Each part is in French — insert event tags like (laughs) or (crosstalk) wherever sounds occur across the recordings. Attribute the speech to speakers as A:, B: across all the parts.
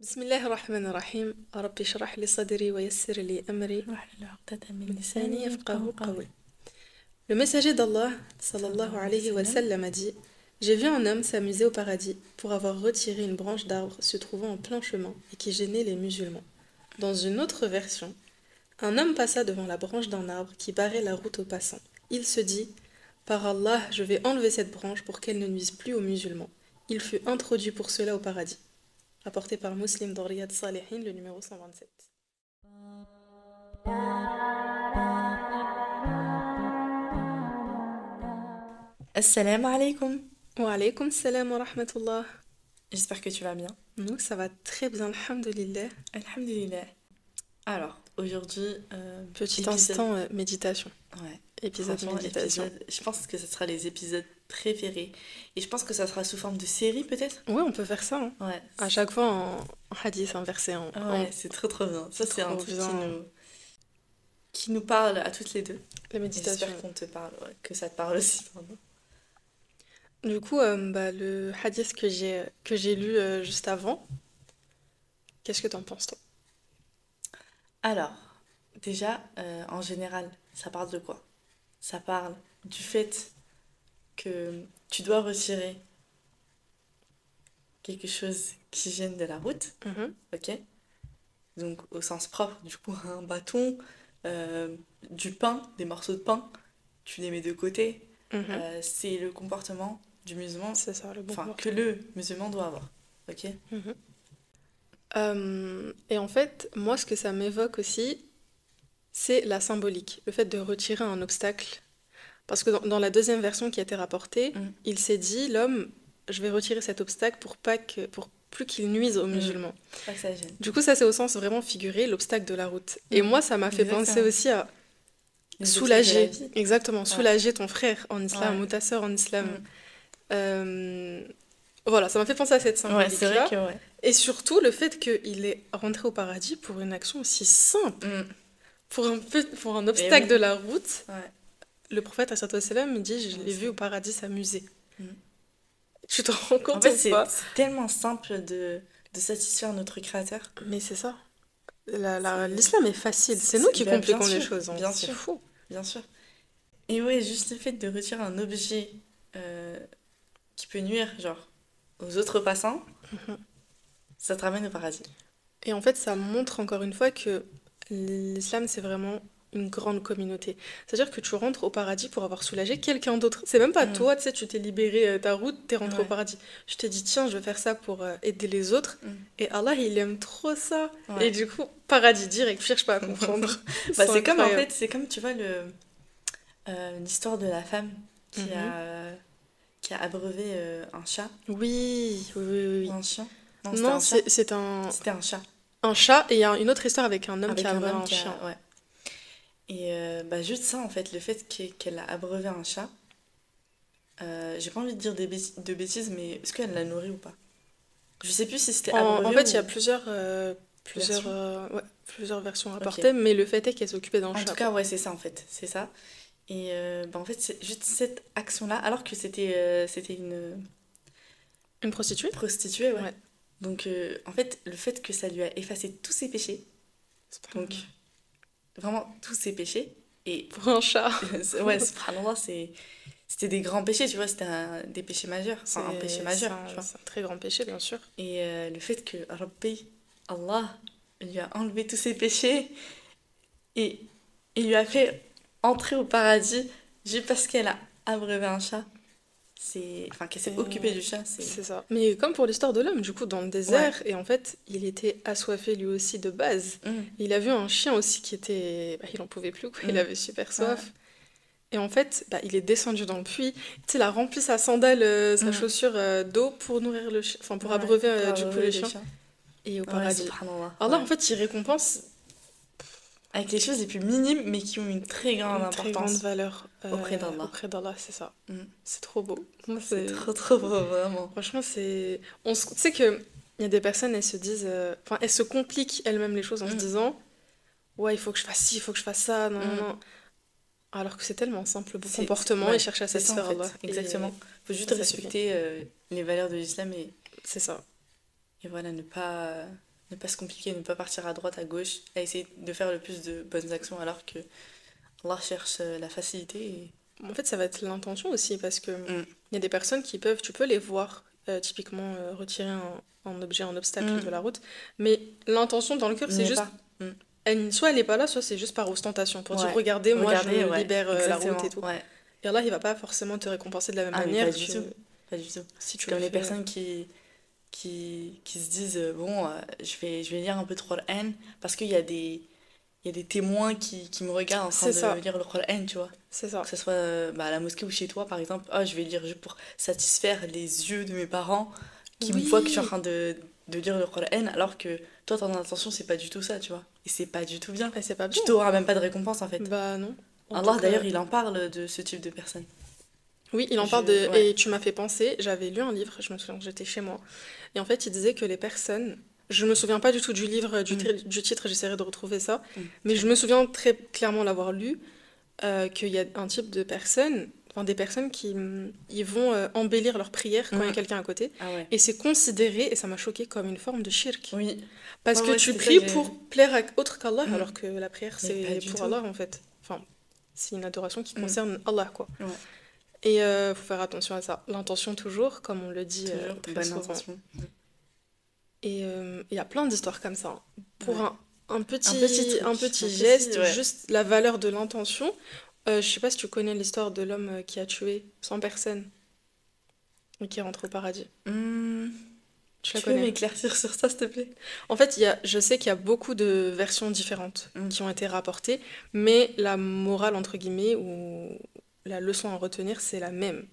A: بسم الله الرحمن الرحيم ربي اشرح لي صدري ويسر لي أمري
B: واحلل عقدة من
A: لساني
B: لساني
A: يفقه قولي Le messager d'Allah sallallahu alayhi wa sallam a dit J'ai vu un homme s'amuser au paradis pour avoir retiré une branche d'arbre se trouvant en plein chemin et qui gênait les musulmans. Dans une autre version, un homme passa devant la branche d'un arbre qui barrait la route aux passants. Il se dit Par Allah, je vais enlever cette branche pour qu'elle ne nuise plus aux musulmans. Il fut introduit pour cela au paradis. Rapporté par Muslim dans Riyad Salihin, le numéro 127.
B: Assalamu alaikum.
A: Wa alaykum salam wa rahmatullah.
B: J'espère que tu vas bien.
A: Nous, ça va très bien, alhamdulillah.
B: Alhamdulillah. Alors, aujourd'hui. euh,
A: Petit
B: épisode-
A: instant euh, méditation.
B: Ouais,
A: Épisode
B: franchement,
A: méditation.
B: épisode- Je pense que ce sera les épisodes préférés. Et je pense que ça sera sous forme de série peut-être
A: Ouais, on peut faire ça. hein.
B: Ouais.
A: À chaque fois, en en hadith, un verset. En...
B: Ouais,
A: en-
B: c'est trop trop bien. Ça,
A: C'est
B: c'est un
A: trop
B: truc qui
A: bien.
B: nous... qui nous parle à toutes les deux.
A: La
B: Et
A: méditation.
B: J'espère qu'on te parle, ouais, que ça te parle aussi. pardon.
A: Du coup, euh, bah, le hadith que j'ai que j'ai lu euh, juste avant, qu'est-ce que t'en penses, toi?
B: Alors, déjà, euh, en général, ça parle de quoi? Ça parle du fait que tu dois retirer quelque chose qui gêne de la route, ok? Donc, au sens propre, du coup, un bâton, euh, du pain, des morceaux de pain, tu les mets de côté.
A: Mhm.
B: Euh, c'est le comportement du musulman,
A: C'est ça, le bon
B: enfin,
A: mot.
B: que le musulman doit avoir, ok?
A: Mhm. Euh, et en fait, moi, ce que ça m'évoque aussi, c'est la symbolique, le fait de retirer un obstacle. Parce que dans, dans la deuxième version qui a été rapportée,
B: Mhm.
A: il s'est dit, l'homme, je vais retirer cet obstacle pour pas que, pour plus qu'il nuise
B: Mm.
A: aux musulmans.
B: Pas que ça gêne.
A: Du coup, ça, c'est au sens vraiment figuré, l'obstacle de la route. Et
B: Mhm.
A: moi, ça m'a fait penser
B: Exactement.
A: aussi à
B: Les
A: soulager,
B: obstacles de la vie.
A: exactement, soulager ton frère en islam
B: Ouais.
A: ou ta sœur en islam.
B: Mhm.
A: Euh, voilà, ça m'a fait penser à cette
B: Ouais, c'est
A: symbolique-là.
B: vrai que ouais.
A: Et surtout le fait qu'il est rentré au paradis pour une action aussi simple,
B: Mm.
A: pour un, peu, pour un obstacle
B: Eh oui.
A: de la route.
B: Ouais.
A: Le prophète à il dit Je
B: Ouais,
A: l'ai
B: c'est-
A: vu au paradis s'amuser.
B: Mm.
A: Tu te rends
B: En
A: compte
B: fait,
A: ou
B: c'est
A: pas
B: c'est tellement simple de, de satisfaire notre créateur.
A: Mais c'est ça. La- la-
B: C'est-
A: L'islam est facile, c'est nous
B: c'est-
A: qui
B: bah, bien
A: compliquons les
B: sûr,
A: choses. hein.
B: bien
A: C'est
B: sûr.
A: fou.
B: Bien sûr. Et ouais, juste le fait de retirer un objet euh, qui peut nuire, genre, aux autres
A: (laughs)
B: passants, ça te ramène au paradis.
A: Et en fait, ça montre encore une fois que l'islam, c'est vraiment une grande communauté. C'est-à-dire que tu rentres au paradis pour avoir soulagé quelqu'un d'autre. C'est même pas
B: Mm.
A: toi, tu sais, tu t'es libéré euh, ta route, t'es rentré au
B: Ouais.
A: paradis. Je t'ai dit, tiens, je vais faire ça pour euh, aider les autres.
B: Mm.
A: Et Allah, il aime trop ça.
B: Ouais.
A: Et du coup, paradis direct, je cherche pas à comprendre.
B: (laughs) Bah, c'est comme, en
A: incroyable.
B: fait, c'est comme, tu vois, le, euh, l'histoire de la femme qui
A: Mhm.
B: a, qui a abreuvé euh, un chat.
A: Oui, oui, oui, oui, oui.
B: Un chien. Non, c'était
A: Non,
B: un chat.
A: c'est c'est un,
B: C'était un chat.
A: un chat et il y a une autre histoire avec un homme
B: Avec
A: qui a
B: un
A: avalé
B: homme
A: un
B: qui a-
A: chien.
B: ouais. Et euh, bah juste ça, en fait, le fait que- qu'elle a abreuvé un chat, euh, j'ai pas envie de dire des bêti- de bêtises, mais est-ce qu'elle l'a nourri ou pas? Je sais plus si c'était
A: En, en
B: abreuvé
A: fait, il y a
B: ou-
A: plusieurs, euh, plusieurs,
B: Versions.
A: euh, ouais, plusieurs versions rapportées, mais le fait est qu'elle s'occupait d'un
B: En
A: chat.
B: tout cas, ouais, c'est ça, en fait, c'est ça. Et euh, bah, en fait, c'est juste cette action-là, alors que c'était euh, c'était une
A: Une prostituée?
B: prostituée, ouais.
A: Ouais.
B: Donc, euh, en fait, le fait que ça lui a effacé tous ses péchés, donc
A: Mm-hmm.
B: vraiment tous ses péchés, et
A: pour un chat.
B: ouais, subhanallah, c'est c'était des grands péchés, tu vois, c'était un- des péchés majeurs,
A: C'est
B: enfin un péché majeur,
A: c'est un-
B: tu vois.
A: C'est un très grand péché, bien sûr.
B: Et euh, le fait que Rabbi, Allah, lui a enlevé tous ses péchés et il lui a fait entrer au paradis juste parce qu'elle a abreuvé un chat, c'est enfin qu'elle s'est
A: C'est-
B: occupée du chat, c'est
A: C'est ça. Mais comme pour l'histoire de l'homme, du coup, dans le désert, et en fait, il était assoiffé lui aussi de base.
B: Mm.
A: Il a vu un chien aussi qui était. bah, il en pouvait plus, quoi. Il
B: Mm.
A: avait super
B: Ouais.
A: soif. Et en fait, bah, il est descendu dans le puits. Tu sais, il a rempli sa sandale, euh, sa
B: Mm.
A: chaussure euh, d'eau pour nourrir le chien. Enfin, pour
B: Ouais,
A: abreuver euh,
B: pour
A: du coup le
B: abreuver le
A: chien.
B: chien.
A: Et au
B: Ouais,
A: paradis.
B: subhanallah,
A: Alors là,
B: ouais.
A: Ah en fait, il récompense
B: Avec les choses les plus minimes mais qui ont une très grande
A: une très grande
B: importance.
A: valeur euh,
B: auprès d'Allah.
A: Auprès d'Allah, c'est ça.
B: Mm.
A: C'est trop beau. Moi,
B: C'est trop trop beau, vraiment.
A: Franchement, c'est. On se... Tu sais que il y a des personnes, elles se disent. euh, Enfin, elles se compliquent elles-mêmes les choses en se
B: Mm.
A: disant Ouais, il faut que je fasse ci, il faut que je fasse ça, non, non,
B: Mm.
A: non. Alors que c'est tellement simple, le bon
B: C'est-
A: comportement
B: ouais,
A: et chercher à
B: C'est ça, en
A: satisfaire
B: fait,
A: Allah. Et euh,
B: exactement. faut juste
A: ça suffit.
B: respecter euh, les valeurs de l'islam et,
A: C'est ça.
B: et voilà, ne pas, ne pas se compliquer, ne pas partir à droite, à gauche, à essayer de faire le plus de bonnes actions alors que Allah cherche euh, la facilité. et-
A: En fait, ça va être l'intention aussi, parce que
B: Mm.
A: il y a des personnes qui peuvent, tu peux les voir, euh, typiquement euh, retirer un, un objet, un obstacle
B: Mm.
A: de la route, mais l'intention dans le cœur, c'est
B: N'est
A: juste,
B: pas. Mm.
A: elle- soit elle n'est pas là, soit c'est juste par ostentation, pour dire
B: Ouais.
A: regardez, moi
B: Regardez,
A: je
B: ouais,
A: libère euh, la route et
B: exactement,
A: tout.
B: ouais,
A: Et là, il va pas forcément te récompenser de la même
B: Ah, mais
A: manière.
B: pas du
A: que-
B: tout. pas du tout.
A: Si tu
B: Comme
A: le
B: les
A: fais-
B: personnes qui, qui, qui se disent euh, bon, euh, je vais, je vais lire un peu de Qur'an parce qu'il y a des, il y a des témoins qui, qui me regardent en train
A: C'est
B: de
A: ça.
B: lire le Qur'an, tu vois.
A: C'est ça.
B: Que ce soit euh, bah, à la mosquée ou chez toi, par exemple, ah, je vais lire juste pour satisfaire les yeux de mes parents qui me
A: Oui.
B: voient que je suis en train de, de lire le Qur'an alors que toi, ton intention, c'est pas du tout ça, tu vois. Et c'est pas du tout bien.
A: Et c'est pas
B: Tu
A: bien.
B: t'auras même pas de récompense en fait.
A: Bah non. Oh. En tout
B: Allah
A: cas-
B: d'ailleurs, il en parle de ce type de personnes.
A: Oui, il en
B: Je-
A: parle de...
B: ouais.
A: Et tu m'as fait penser, j'avais lu un livre, je me souviens, j'étais chez moi, et en fait, il disait que les personnes... Je me souviens pas du tout du livre, du,
B: Mm.
A: tri- du titre, j'essaierai de retrouver ça,
B: Mm.
A: mais je me souviens très clairement l'avoir lu, euh, qu'il y a un type de personnes, enfin des personnes qui hum, ils vont euh, embellir leur prière quand il y a
B: Mm.
A: quelqu'un à côté,
B: Ah ouais.
A: et c'est considéré, et ça m'a choqué, comme une forme de shirk.
B: Oui,
A: Parce
B: Ouais,
A: que
B: ouais,
A: tu
B: c'est ça,
A: pries
B: j'ai-
A: pour plaire à autre qu'Allah,
B: Mm.
A: alors que la prière,
B: Mais pas
A: c'est
B: du
A: pour
B: tout.
A: Allah, en fait. Enfin, c'est une adoration qui
B: Mm.
A: concerne Allah, quoi.
B: Ouais.
A: Et euh, faut faire attention à ça. L'intention, toujours, comme on le dit euh,
B: toujours
A: très
B: bonne
A: souvent.
B: intention.
A: Et euh, il y a plein d'histoires comme ça. hein. Pour
B: Ouais.
A: un, un petit, un
B: petit
A: petit,
B: truc, un petit,
A: geste,
B: ouais.
A: juste la valeur de l'intention. Euh, je sais pas si tu connais l'histoire de l'homme euh, qui a tué 100 personnes et qui rentre au paradis.
B: Hmm.
A: Tu
B: Tu
A: la
B: peux
A: connais?
B: m'éclaircir sur ça, s'il te plaît?
A: En fait, il y a, je sais qu'il y a beaucoup de versions différentes
B: Mm.
A: qui ont été rapportées, mais la morale, entre guillemets, ou la leçon à retenir, c'est la même.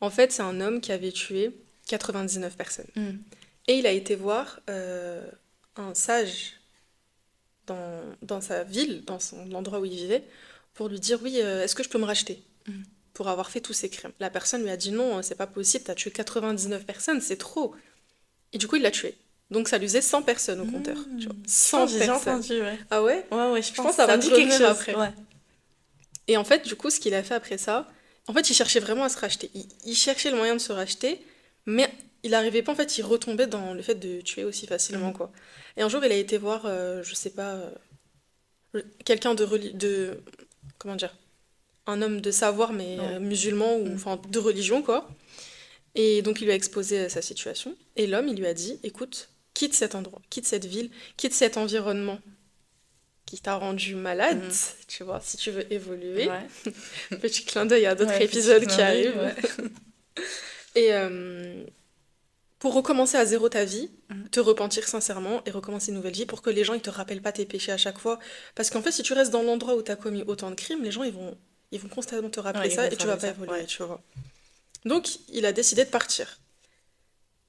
A: En fait, c'est un homme qui avait tué 99 personnes. Et il a été voir euh, un sage dans, dans sa ville, dans son, l'endroit où il vivait, pour lui dire, oui, euh, est-ce que je peux me racheter?
B: Mm.
A: pour avoir fait tous ces crimes. La personne lui a dit non, euh, c'est pas possible, t'as tué 99 personnes, c'est trop. Et du coup, il l'a tué. Donc ça lui faisait 100 personnes au compteur.
B: Mm.
A: tu vois.
B: Je
A: 100
B: pense que j'ai déjà
A: personnes.
B: entendu, ouais.
A: Ah ouais?
B: Ouais, ouais, je pense,
A: pense que ça va
B: me
A: te
B: dit quelque
A: revenir
B: chose.
A: après.
B: Ouais.
A: Et en fait, du coup, ce qu'il a fait après ça, en fait, il cherchait vraiment à se racheter. Il, il cherchait le moyen de se racheter, mais il n'arrivait pas, en fait, il retombait dans le fait de tuer aussi facilement,
B: Mhm.
A: quoi. Et un jour, il a été voir, euh, je sais pas, euh, quelqu'un de, reli- de. Comment dire Un homme de savoir, mais
B: Ouais.
A: euh, musulman, ou
B: Mhm.
A: enfin de religion, quoi. Et donc, il lui a exposé euh, sa situation. Et l'homme, il lui a dit écoute, quitte cet endroit, quitte cette ville, quitte cet environnement qui t'a rendu malade,
B: Mhm.
A: (laughs) tu vois, si tu veux évoluer.
B: Ouais.
A: Petit clin d'œil à d'autres
B: Ouais,
A: épisodes
B: petit
A: qui
B: clin d'œil,
A: arrivent.
B: ouais.
A: Et euh, pour recommencer à zéro ta vie,
B: Mhm.
A: te repentir sincèrement et recommencer une nouvelle vie pour que les gens ils te rappellent pas tes péchés à chaque fois. Parce qu'en fait, si tu restes dans l'endroit où tu as commis autant de crimes, les gens ils vont, ils vont constamment te rappeler
B: Ouais, ils
A: ça
B: vont
A: et tu vas
B: te
A: pas
B: rappeler ça,
A: évoluer,
B: ouais.
A: tu vois. Donc, il a décidé de partir.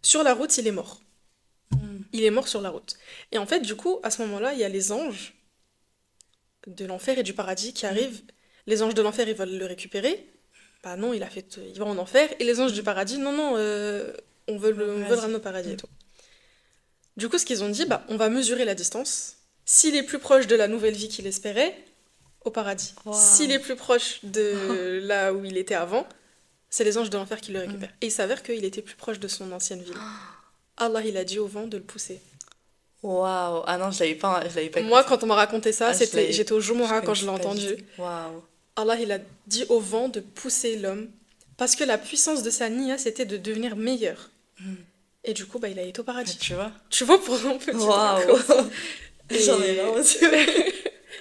A: Sur la route, il est mort. (laughs)
B: Mm.
A: Il est mort sur la route. Et en fait, du coup, à ce moment-là, il y a les anges de l'enfer et du paradis qui arrivent. Les anges de l'enfer, ils veulent le récupérer. Bah non, il a fait, il va en enfer. Et les anges du paradis, non, non, euh, on veut le,
B: Le
A: on veut le
B: paradis.
A: ramener au paradis et
B: Mm.
A: tout. Du coup, ce qu'ils ont dit, bah, on va mesurer la distance. S'il est plus proche de la nouvelle vie qu'il espérait, au paradis.
B: Wow.
A: S'il est plus proche de
B: (laughs)
A: là où il était avant, c'est les anges de l'enfer qui le récupèrent.
B: Mm.
A: Et il s'avère qu'il était plus proche de son ancienne
B: (gasps)
A: ville. Allah, il a dit au vent de le pousser.
B: Waouh. Ah non, je l'avais pas, je l'avais pas
A: Moi,
B: écouté.
A: quand on m'a raconté ça,
B: Ah, je
A: c'était,
B: l'ai-
A: j'étais au Jumu'ah quand je
B: connaissais
A: l'ai
B: pas du
A: entendu.
B: tout. Waouh.
A: Allah, il a dit au vent de pousser l'homme parce que la puissance de sa niya, c'était de devenir meilleur.
B: Mm.
A: Et du coup, bah, il a été au
B: Ah,
A: paradis.
B: tu (laughs) vois?
A: Tu vois, pour un petit
B: Waouh.
A: truc. Et-
B: (laughs) J'en ai marre aussi.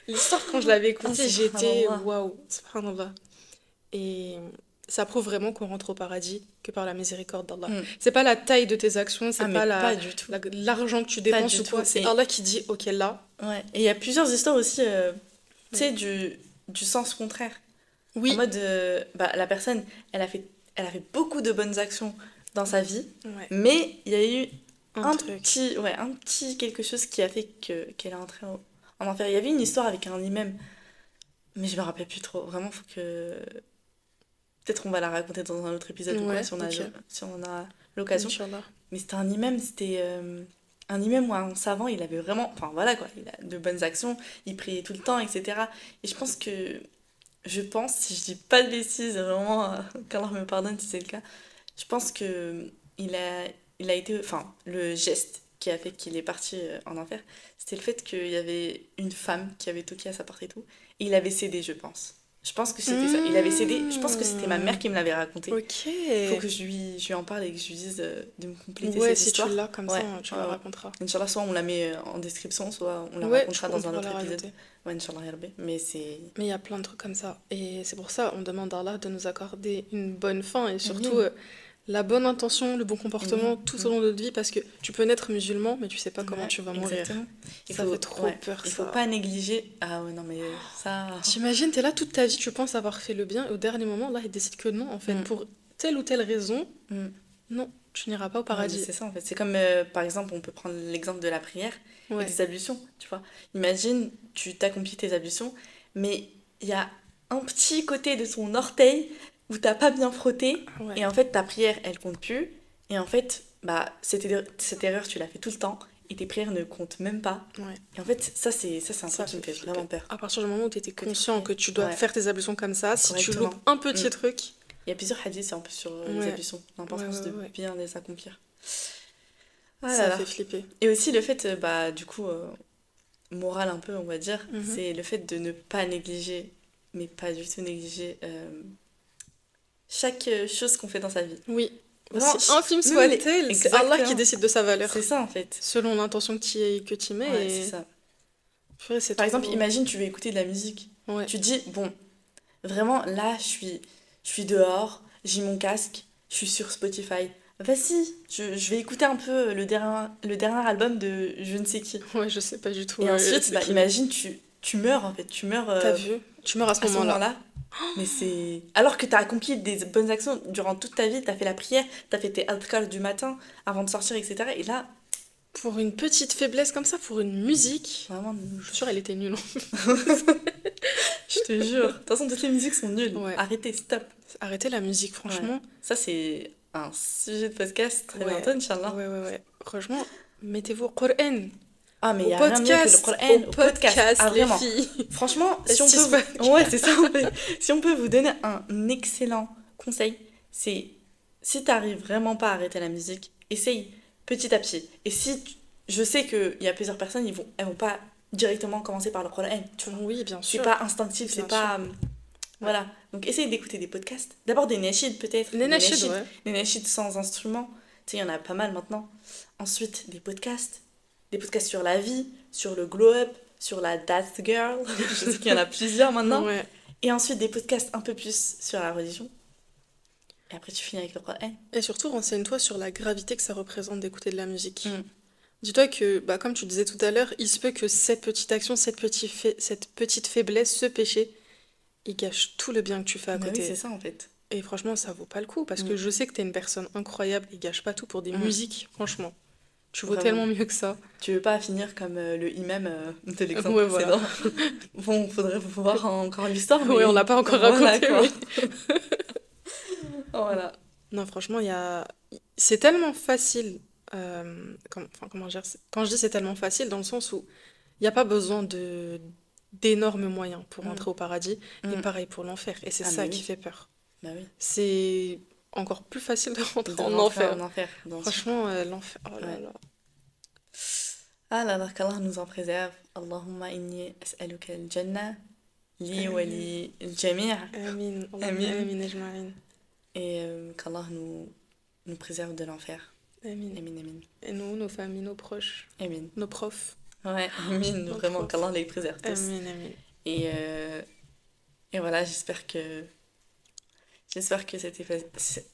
A: L'histoire, quand je l'avais écoutée,
B: Ah,
A: j'étais
B: subhanallah.
A: waouh, subhanallah. Et ça prouve vraiment qu'on rentre au paradis que par la miséricorde d'Allah.
B: Mm.
A: C'est pas la taille de tes actions, c'est
B: Ah, mais
A: Hmm. pas la-
B: pas du tout.
A: la- l'argent que tu dépenses
B: du
A: ou quoi.
B: tout.
A: C'est
B: Et-
A: Allah qui dit, ok, là,
B: Ouais. Et il y a plusieurs histoires aussi, euh, tu sais, du, du sens contraire.
A: oui.
B: En mode, euh, bah, la personne, elle a fait, elle a fait beaucoup de bonnes actions dans sa vie,
A: Ouais,
B: mais il y a eu
A: un,
B: un
A: truc.
B: petit, ouais, un petit quelque chose qui a fait que qu'elle est entrée en, en enfer. Il y avait une histoire avec un imam, mais je me rappelle plus trop. Vraiment, faut que peut-être on va la raconter dans un autre épisode ou quoi,
A: Ouais,
B: si on a
A: ok.
B: si on a l'occasion.
A: Inch'Allah.
B: Mais c'était un imam, c'était euh, un imam ou un savant. Il avait vraiment, enfin voilà quoi, il a de bonnes actions, il priait tout le temps, etc. Et je pense que je pense, si je dis pas de bêtises, vraiment, euh, (laughs) qu'Allah me pardonne si c'est le cas, je pense que il a, il a été, enfin, le geste qui a fait qu'il est parti euh, en enfer, c'était le fait qu'il y avait une femme qui avait toqué à sa porte et tout. Et il avait cédé, je pense. Je pense que c'était ça. Il avait cédé. Je pense que c'était ma mère qui me l'avait raconté.
A: Ok.
B: Il faut que je lui, je lui en parle et que je lui dise euh, de me compléter
A: ouais,
B: cette
A: si
B: histoire.
A: tu l'as comme ça,
B: Ouais,
A: tu
B: ouais,
A: me
B: ouais.
A: raconteras.
B: Inch'Allah, soit on la met euh, en description, soit on la
A: Ouais,
B: racontera
A: je- on
B: dans un
A: pourra
B: autre
A: la
B: épisode.
A: rajouter.
B: Ouais, Inch'Allah, ya Rabbi. Mais c'est.
A: Mais il y a plein de trucs comme ça. Et c'est pour ça on demande à Allah de nous accorder une bonne fin et surtout
B: Mhm.
A: euh, la bonne intention, le bon comportement
B: Mhm.
A: tout au long de notre vie parce que tu peux naître musulman mais tu sais pas comment
B: Ouais,
A: tu vas mourir.
B: exactement. Il
A: Ça
B: faut-
A: fait trop
B: ouais,
A: peur
B: Il
A: ça. Ah,
B: faut pas négliger. Ah ouais, non, mais ça.
A: T'imagines, t'es là toute ta vie, tu penses avoir fait le bien et au dernier moment, là, il décide que non, en fait,
B: Mhm.
A: pour telle ou telle raison,
B: Mm.
A: non, tu n'iras pas au
B: Ouais, mais
A: paradis.
B: C'est ça en fait. C'est comme, euh, par exemple, on peut prendre l'exemple de la prière et
A: Ouais.
B: des ablutions, tu vois. Imagine, tu t'accomplis tes ablutions, mais il y a un petit côté de ton orteil où t'as pas bien frotté,
A: Ouais.
B: et en fait, ta prière, elle compte plus, et en fait, bah, cette, erreur- cette erreur, tu l'as fait tout le temps, et tes prières ne comptent même pas.
A: Ouais.
B: Et en fait, ça, c'est ça, c'est un
A: Ça
B: truc qui me
A: fait
B: fait vraiment peur.
A: À partir du moment où tu étais
B: t'es
A: conscient que
B: prêt.
A: tu dois
B: Ouais.
A: faire tes ablutions comme ça, si tu
B: Correctement.
A: loupes un petit
B: Mm.
A: truc,
B: Il y a plusieurs hadiths en plus sur euh,
A: Ouais.
B: les ablutions, l'importance
A: Ouais, ouais, ouais.
B: de bien les accomplir. Ah là
A: ça
B: là.
A: fait flipper.
B: Et aussi le fait, euh, bah, du coup, euh, moral un peu, on va dire,
A: Mhm.
B: c'est le fait de ne pas négliger, mais pas du tout négliger, euh, chaque euh, chose qu'on fait dans sa vie.
A: Oui.
B: Vraiment,
A: Aussi infime
B: Bah, oui, oui,
A: soit-elle, c'est
B: exactement.
A: Allah qui décide de sa valeur.
B: C'est ça, en fait.
A: Selon l'intention que tu y- que tu y mets.
B: Ouais,
A: et-
B: c'est ça.
A: Purée, c'est
B: Par
A: trop
B: exemple,
A: beau.
B: imagine, tu veux écouter de la musique.
A: Ouais.
B: Tu te dis, bon, vraiment, là, je suis, je suis dehors, j'ai mon casque, je suis sur Spotify. Vas-y, je, je vais écouter un peu le dernier, le dernier album de je ne sais qui.
A: Ouais, je sais pas du tout.
B: Et
A: euh,
B: ensuite,
A: c'est
B: bah,
A: qui.
B: imagine, tu, tu meurs, en fait. Tu meurs. euh,
A: T'as vu Tu meurs à ce
B: à ce
A: moment-là.
B: moment-là. Mais c'est. Alors que t'as accompli des bonnes actions durant toute ta vie, t'as fait la prière, t'as fait tes alcools du matin avant de sortir, etc. Et là,
A: Pour une petite faiblesse comme ça, pour une musique.
B: vraiment,
A: Je suis sûre, elle était nulle. hein.
B: je te jure. (laughs) De toute façon, toutes les musiques sont nulles.
A: Ouais.
B: Arrêtez, stop.
A: Arrêtez la musique, franchement.
B: Ça, c'est un sujet de podcast très
A: Ouais.
B: bientôt, Inch'Allah.
A: Ouais, ouais, ouais. Franchement, mettez-vous au Qur'an.
B: Ah, mais il
A: Au
B: y a rien de mieux que
A: podcast.
B: le Coran,
A: Au podcast, Bah, les
B: Ah, vraiment.
A: filles.
B: Franchement, si on,
A: Six
B: peut vous... ouais, c'est ça, en fait. si on peut vous donner un excellent conseil, c'est si t'arrives vraiment pas à arrêter la musique, essaye petit à petit. Et si tu- je sais qu'il y a plusieurs personnes, ils vont, elles vont pas directement commencer par le Coran. tu vois.
A: Oui, bien
B: C'est
A: sûr.
B: pas instinctif,
A: Bien
B: c'est pas. euh, Voilà. Donc essaye d'écouter des podcasts. D'abord des nachids peut-être.
A: Les
B: Des
A: Nachid,
B: nachids-
A: ouais.
B: des nachids sans instrument. Tu sais, il y en a pas mal maintenant. Ensuite, des podcasts. Des podcasts sur la vie, sur le glow-up, sur la death girl. (laughs) Je sais qu'il y en a plusieurs maintenant.
A: Ouais.
B: Et ensuite, des podcasts un peu plus sur la religion. Et après, tu finis avec le Coran.
A: Et surtout, renseigne-toi sur la gravité que ça représente d'écouter de la musique.
B: Mm.
A: Dis-toi que, bah, comme tu disais tout à l'heure, il se peut que cette petite action, cette, petite fai- cette petite faiblesse, ce péché, il gâche tout le bien que tu fais à
B: Bah oui,
A: côté.
B: c'est ça en fait.
A: et franchement, ça vaut pas le coup, parce que
B: Mm.
A: je sais que t'es une personne incroyable, il gâche pas tout pour des
B: Mm.
A: musiques, franchement. Tu vaux
B: Vraiment.
A: tellement mieux que ça.
B: Tu veux pas finir comme euh, le imam euh, de l'exemple
A: Ouais, voilà.
B: précédent. (laughs) bon, faudrait voir encore (laughs) l'histoire.
A: Oui,
B: mais-
A: on l'a pas encore
B: Voilà,
A: raconté.
B: quoi. (laughs)
A: mais-
B: voilà.
A: Non, franchement, il y a... c'est tellement facile. euh, comme- enfin, comment dire, c'est- quand je dis c'est tellement facile, dans le sens où il n'y a pas besoin de d'énormes moyens pour
B: Mm.
A: entrer au paradis, et
B: Mm.
A: pareil pour l'enfer. Et c'est
B: Ah,
A: ça
B: mais
A: qui
B: oui.
A: fait peur.
B: Bah oui.
A: C'est encore plus facile de rentrer en
B: rentrer
A: enfer.
B: En enfer. bien sûr.
A: Franchement, euh, l'enfer. Oh là
B: Ouais.
A: là.
B: Ah là là, qu'Allah nous en préserve. Allahumma inni as'aluka al-jannah, li wa li al-jami'
A: Amin. Allahumma
B: Amin.
A: amin ajma'in.
B: et euh, qu'Allah nous, nous préserve de l'enfer.
A: Amin.
B: Amin, amin.
A: Et nous, nos familles, nos proches,
B: Amin.
A: nos profs.
B: Ouais, (laughs) amin,
A: Notre
B: vraiment,
A: prof.
B: qu'Allah les préserve tous.
A: Amin, amin.
B: Et, euh, et voilà, j'espère que. J'espère que cet, épi-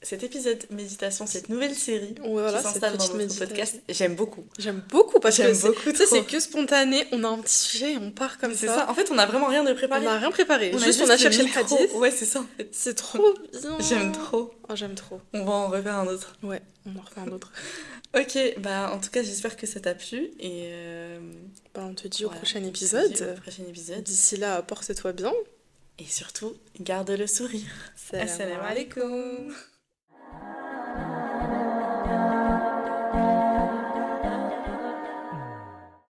B: cet épisode méditation, cette nouvelle série
A: Ouais, voilà,
B: qui
A: cette
B: s'installe dans
A: petite
B: notre
A: méditation.
B: podcast, j'aime beaucoup.
A: J'aime beaucoup parce que
B: J'aime
A: c'est-
B: beaucoup
A: ça,
B: trop.
A: c'est que spontané. On a un petit sujet et on part comme
B: C'est ça. En fait, on n'a vraiment rien de
A: On
B: préparé.
A: n'a rien préparé, juste, on a
B: juste
A: cherché le
B: micro.
A: hadith.
B: Ouais, c'est ça en fait.
A: C'est trop bien.
B: J'aime trop.
A: Oh, j'aime trop.
B: On va en refaire un autre.
A: Ouais, on en refait un autre.
B: Ok, bah en tout cas, j'espère que ça t'a plu et. euh,
A: Bah, on te dit au
B: voilà,
A: prochain
B: on se dit
A: épisode.
B: Au prochain épisode.
A: D'ici là, porte-toi bien.
B: Et surtout, garde le sourire. Assalamu alaikum.